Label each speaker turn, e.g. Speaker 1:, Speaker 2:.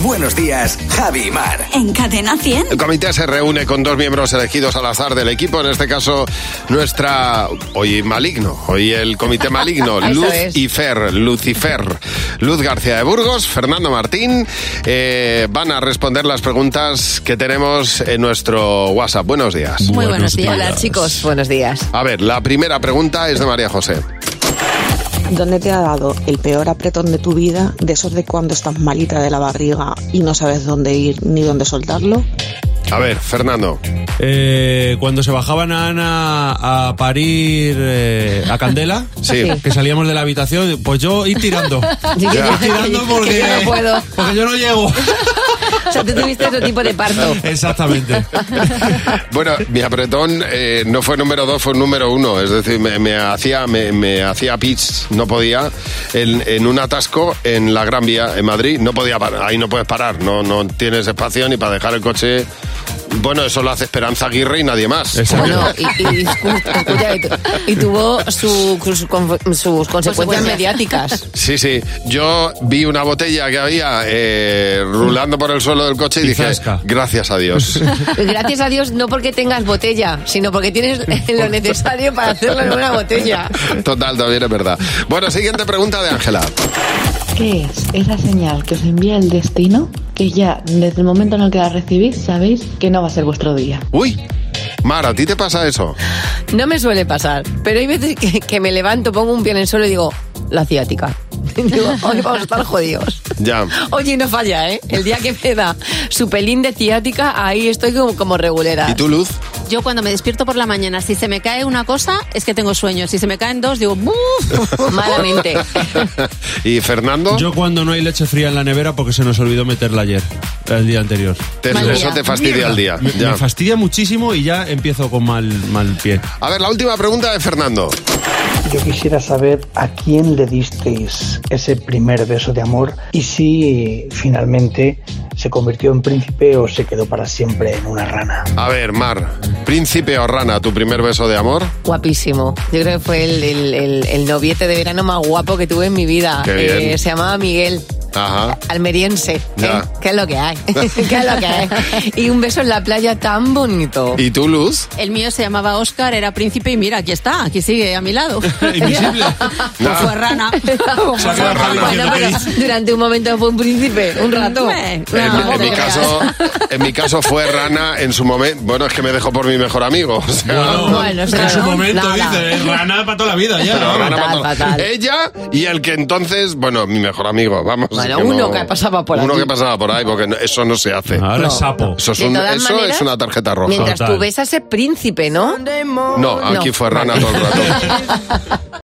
Speaker 1: Buenos días, Javi y Mar.
Speaker 2: En Cadena 100.
Speaker 3: El comité se reúne con dos miembros elegidos al azar del equipo, en este caso nuestra, hoy maligno, hoy el comité maligno,
Speaker 4: Eso
Speaker 3: Luz
Speaker 4: es.
Speaker 3: y Fer, Lucifer, Luz García de Burgos, Fernando Martín, eh, van a responder las preguntas que tenemos en nuestro WhatsApp. Buenos días.
Speaker 4: Muy buenos, días. Hola chicos, buenos días.
Speaker 3: A ver, la primera pregunta es de María José.
Speaker 5: ¿Dónde te ha dado el peor apretón de tu vida, de esos de cuando estás malita de la barriga y no sabes dónde ir ni dónde soltarlo?
Speaker 3: A ver, Fernando.
Speaker 6: Eh, cuando se bajaban a Ana a parir eh, a Candela,
Speaker 3: Sí.
Speaker 6: que salíamos de la habitación, pues yo ir tirando.
Speaker 4: Sí, que-
Speaker 6: Ir
Speaker 4: que-
Speaker 6: tirando
Speaker 4: que
Speaker 6: porque,
Speaker 4: yo no puedo.
Speaker 6: porque yo no llego.
Speaker 4: O sea, tú tuviste otro tipo de parto.
Speaker 6: Exactamente.
Speaker 3: Bueno, mi apretón eh, no fue número dos, fue número uno. Es decir, me, me hacía me, me hacía pitch, no podía, en, en un atasco en la Gran Vía, en Madrid, no podía parar. Ahí no puedes parar, no, no tienes espacio ni para dejar el coche. Bueno, eso lo hace Esperanza Aguirre y nadie más.
Speaker 6: Exacto.
Speaker 4: Bueno, y, y- escu- escucha, y tu- y tuvo su- sus con- sus consecuencias mediáticas.
Speaker 3: Sí, sí. Yo vi una botella que había eh, rulando por el suelo del coche y,
Speaker 6: Y
Speaker 3: dije,
Speaker 6: zasca.
Speaker 3: gracias a Dios.
Speaker 4: Gracias a Dios, no porque tengas botella, sino porque tienes lo necesario para hacerlo en una botella.
Speaker 3: Total, también es verdad. Bueno, siguiente pregunta de Ángela.
Speaker 7: ¿Qué es? Es la señal que os envía el destino que ya desde el momento en el que la recibís sabéis que no va a ser vuestro día.
Speaker 3: Uy, Mara, ¿a ti te pasa eso?
Speaker 4: No me suele pasar, pero hay veces que, que me levanto, pongo un pie en el suelo y digo, la ciática. Digo, hoy vamos a estar jodidos.
Speaker 3: Ya.
Speaker 4: Oye, no falla, ¿eh? El día que me da su pelín de ciática, ahí estoy como, como regulera.
Speaker 3: ¿Y tú, Luz?
Speaker 8: Yo cuando me despierto por la mañana, si se me cae una cosa, es que tengo sueño. Si se me caen dos, digo, ¡buf!
Speaker 4: Malamente.
Speaker 3: ¿Y Fernando?
Speaker 6: Yo cuando no hay leche fría en la nevera porque se nos olvidó meterla ayer, el día anterior.
Speaker 3: Te-
Speaker 8: Mal
Speaker 3: eso
Speaker 8: día.
Speaker 3: te fastidia el día.
Speaker 6: Me,
Speaker 3: Ya.
Speaker 6: me fastidia muchísimo y ya empiezo con mal, mal pie.
Speaker 3: A ver, la última pregunta de Fernando.
Speaker 9: Yo quisiera saber a quién le disteis ese primer beso de amor y si finalmente se convirtió en príncipe o se quedó para siempre en una rana.
Speaker 3: A ver, Mar, príncipe o rana, tu primer beso de amor.
Speaker 4: Guapísimo. Yo creo que fue el, el- el- el noviete de verano más guapo que tuve en mi vida. Eh,
Speaker 3: Qué bien.
Speaker 4: se llamaba Miguel.
Speaker 3: Ajá.
Speaker 4: Almeriense.
Speaker 3: Ya.
Speaker 4: ¿eh? ¿Qué es lo que hay? ¿Qué es lo que hay? Y un beso en la playa tan bonito.
Speaker 3: ¿Y tú, Luz?
Speaker 8: El mío se llamaba Oscar, era príncipe y mira, aquí está, aquí sigue a mi lado.
Speaker 6: Invisible.
Speaker 8: Pues fue rana.
Speaker 6: Se ha quedado rana.
Speaker 4: Bueno, pero durante un momento fue un príncipe, un rato.
Speaker 8: Eh,
Speaker 3: En,
Speaker 8: no,
Speaker 3: en mi
Speaker 8: no
Speaker 3: caso, en mi caso fue rana en su momento. Bueno, es que me dejó por mi mejor amigo. o sea,
Speaker 4: Bueno,
Speaker 6: en
Speaker 4: será,
Speaker 6: su
Speaker 4: ¿no?
Speaker 6: momento
Speaker 4: Nada.
Speaker 6: dice, "Eh, rana para toda la vida ya.
Speaker 3: pero rana
Speaker 4: fatal,
Speaker 3: para todo.
Speaker 4: fatal.
Speaker 3: Ella y el que entonces, bueno, mi mejor amigo, vamos.
Speaker 4: Bueno, uno que pasaba por
Speaker 3: Uno
Speaker 4: aquí.
Speaker 3: que pasaba por ahí, porque no- eso no se hace.
Speaker 6: Ahora
Speaker 4: No.
Speaker 6: es sapo.
Speaker 3: Eso, es,
Speaker 4: De
Speaker 3: un-
Speaker 4: todas
Speaker 3: eso
Speaker 4: maneras,
Speaker 3: es una tarjeta roja.
Speaker 4: Mientras
Speaker 6: Total.
Speaker 4: tú besas ese príncipe, ¿no?
Speaker 3: No, aquí
Speaker 4: No.
Speaker 3: fue rana todo el rato.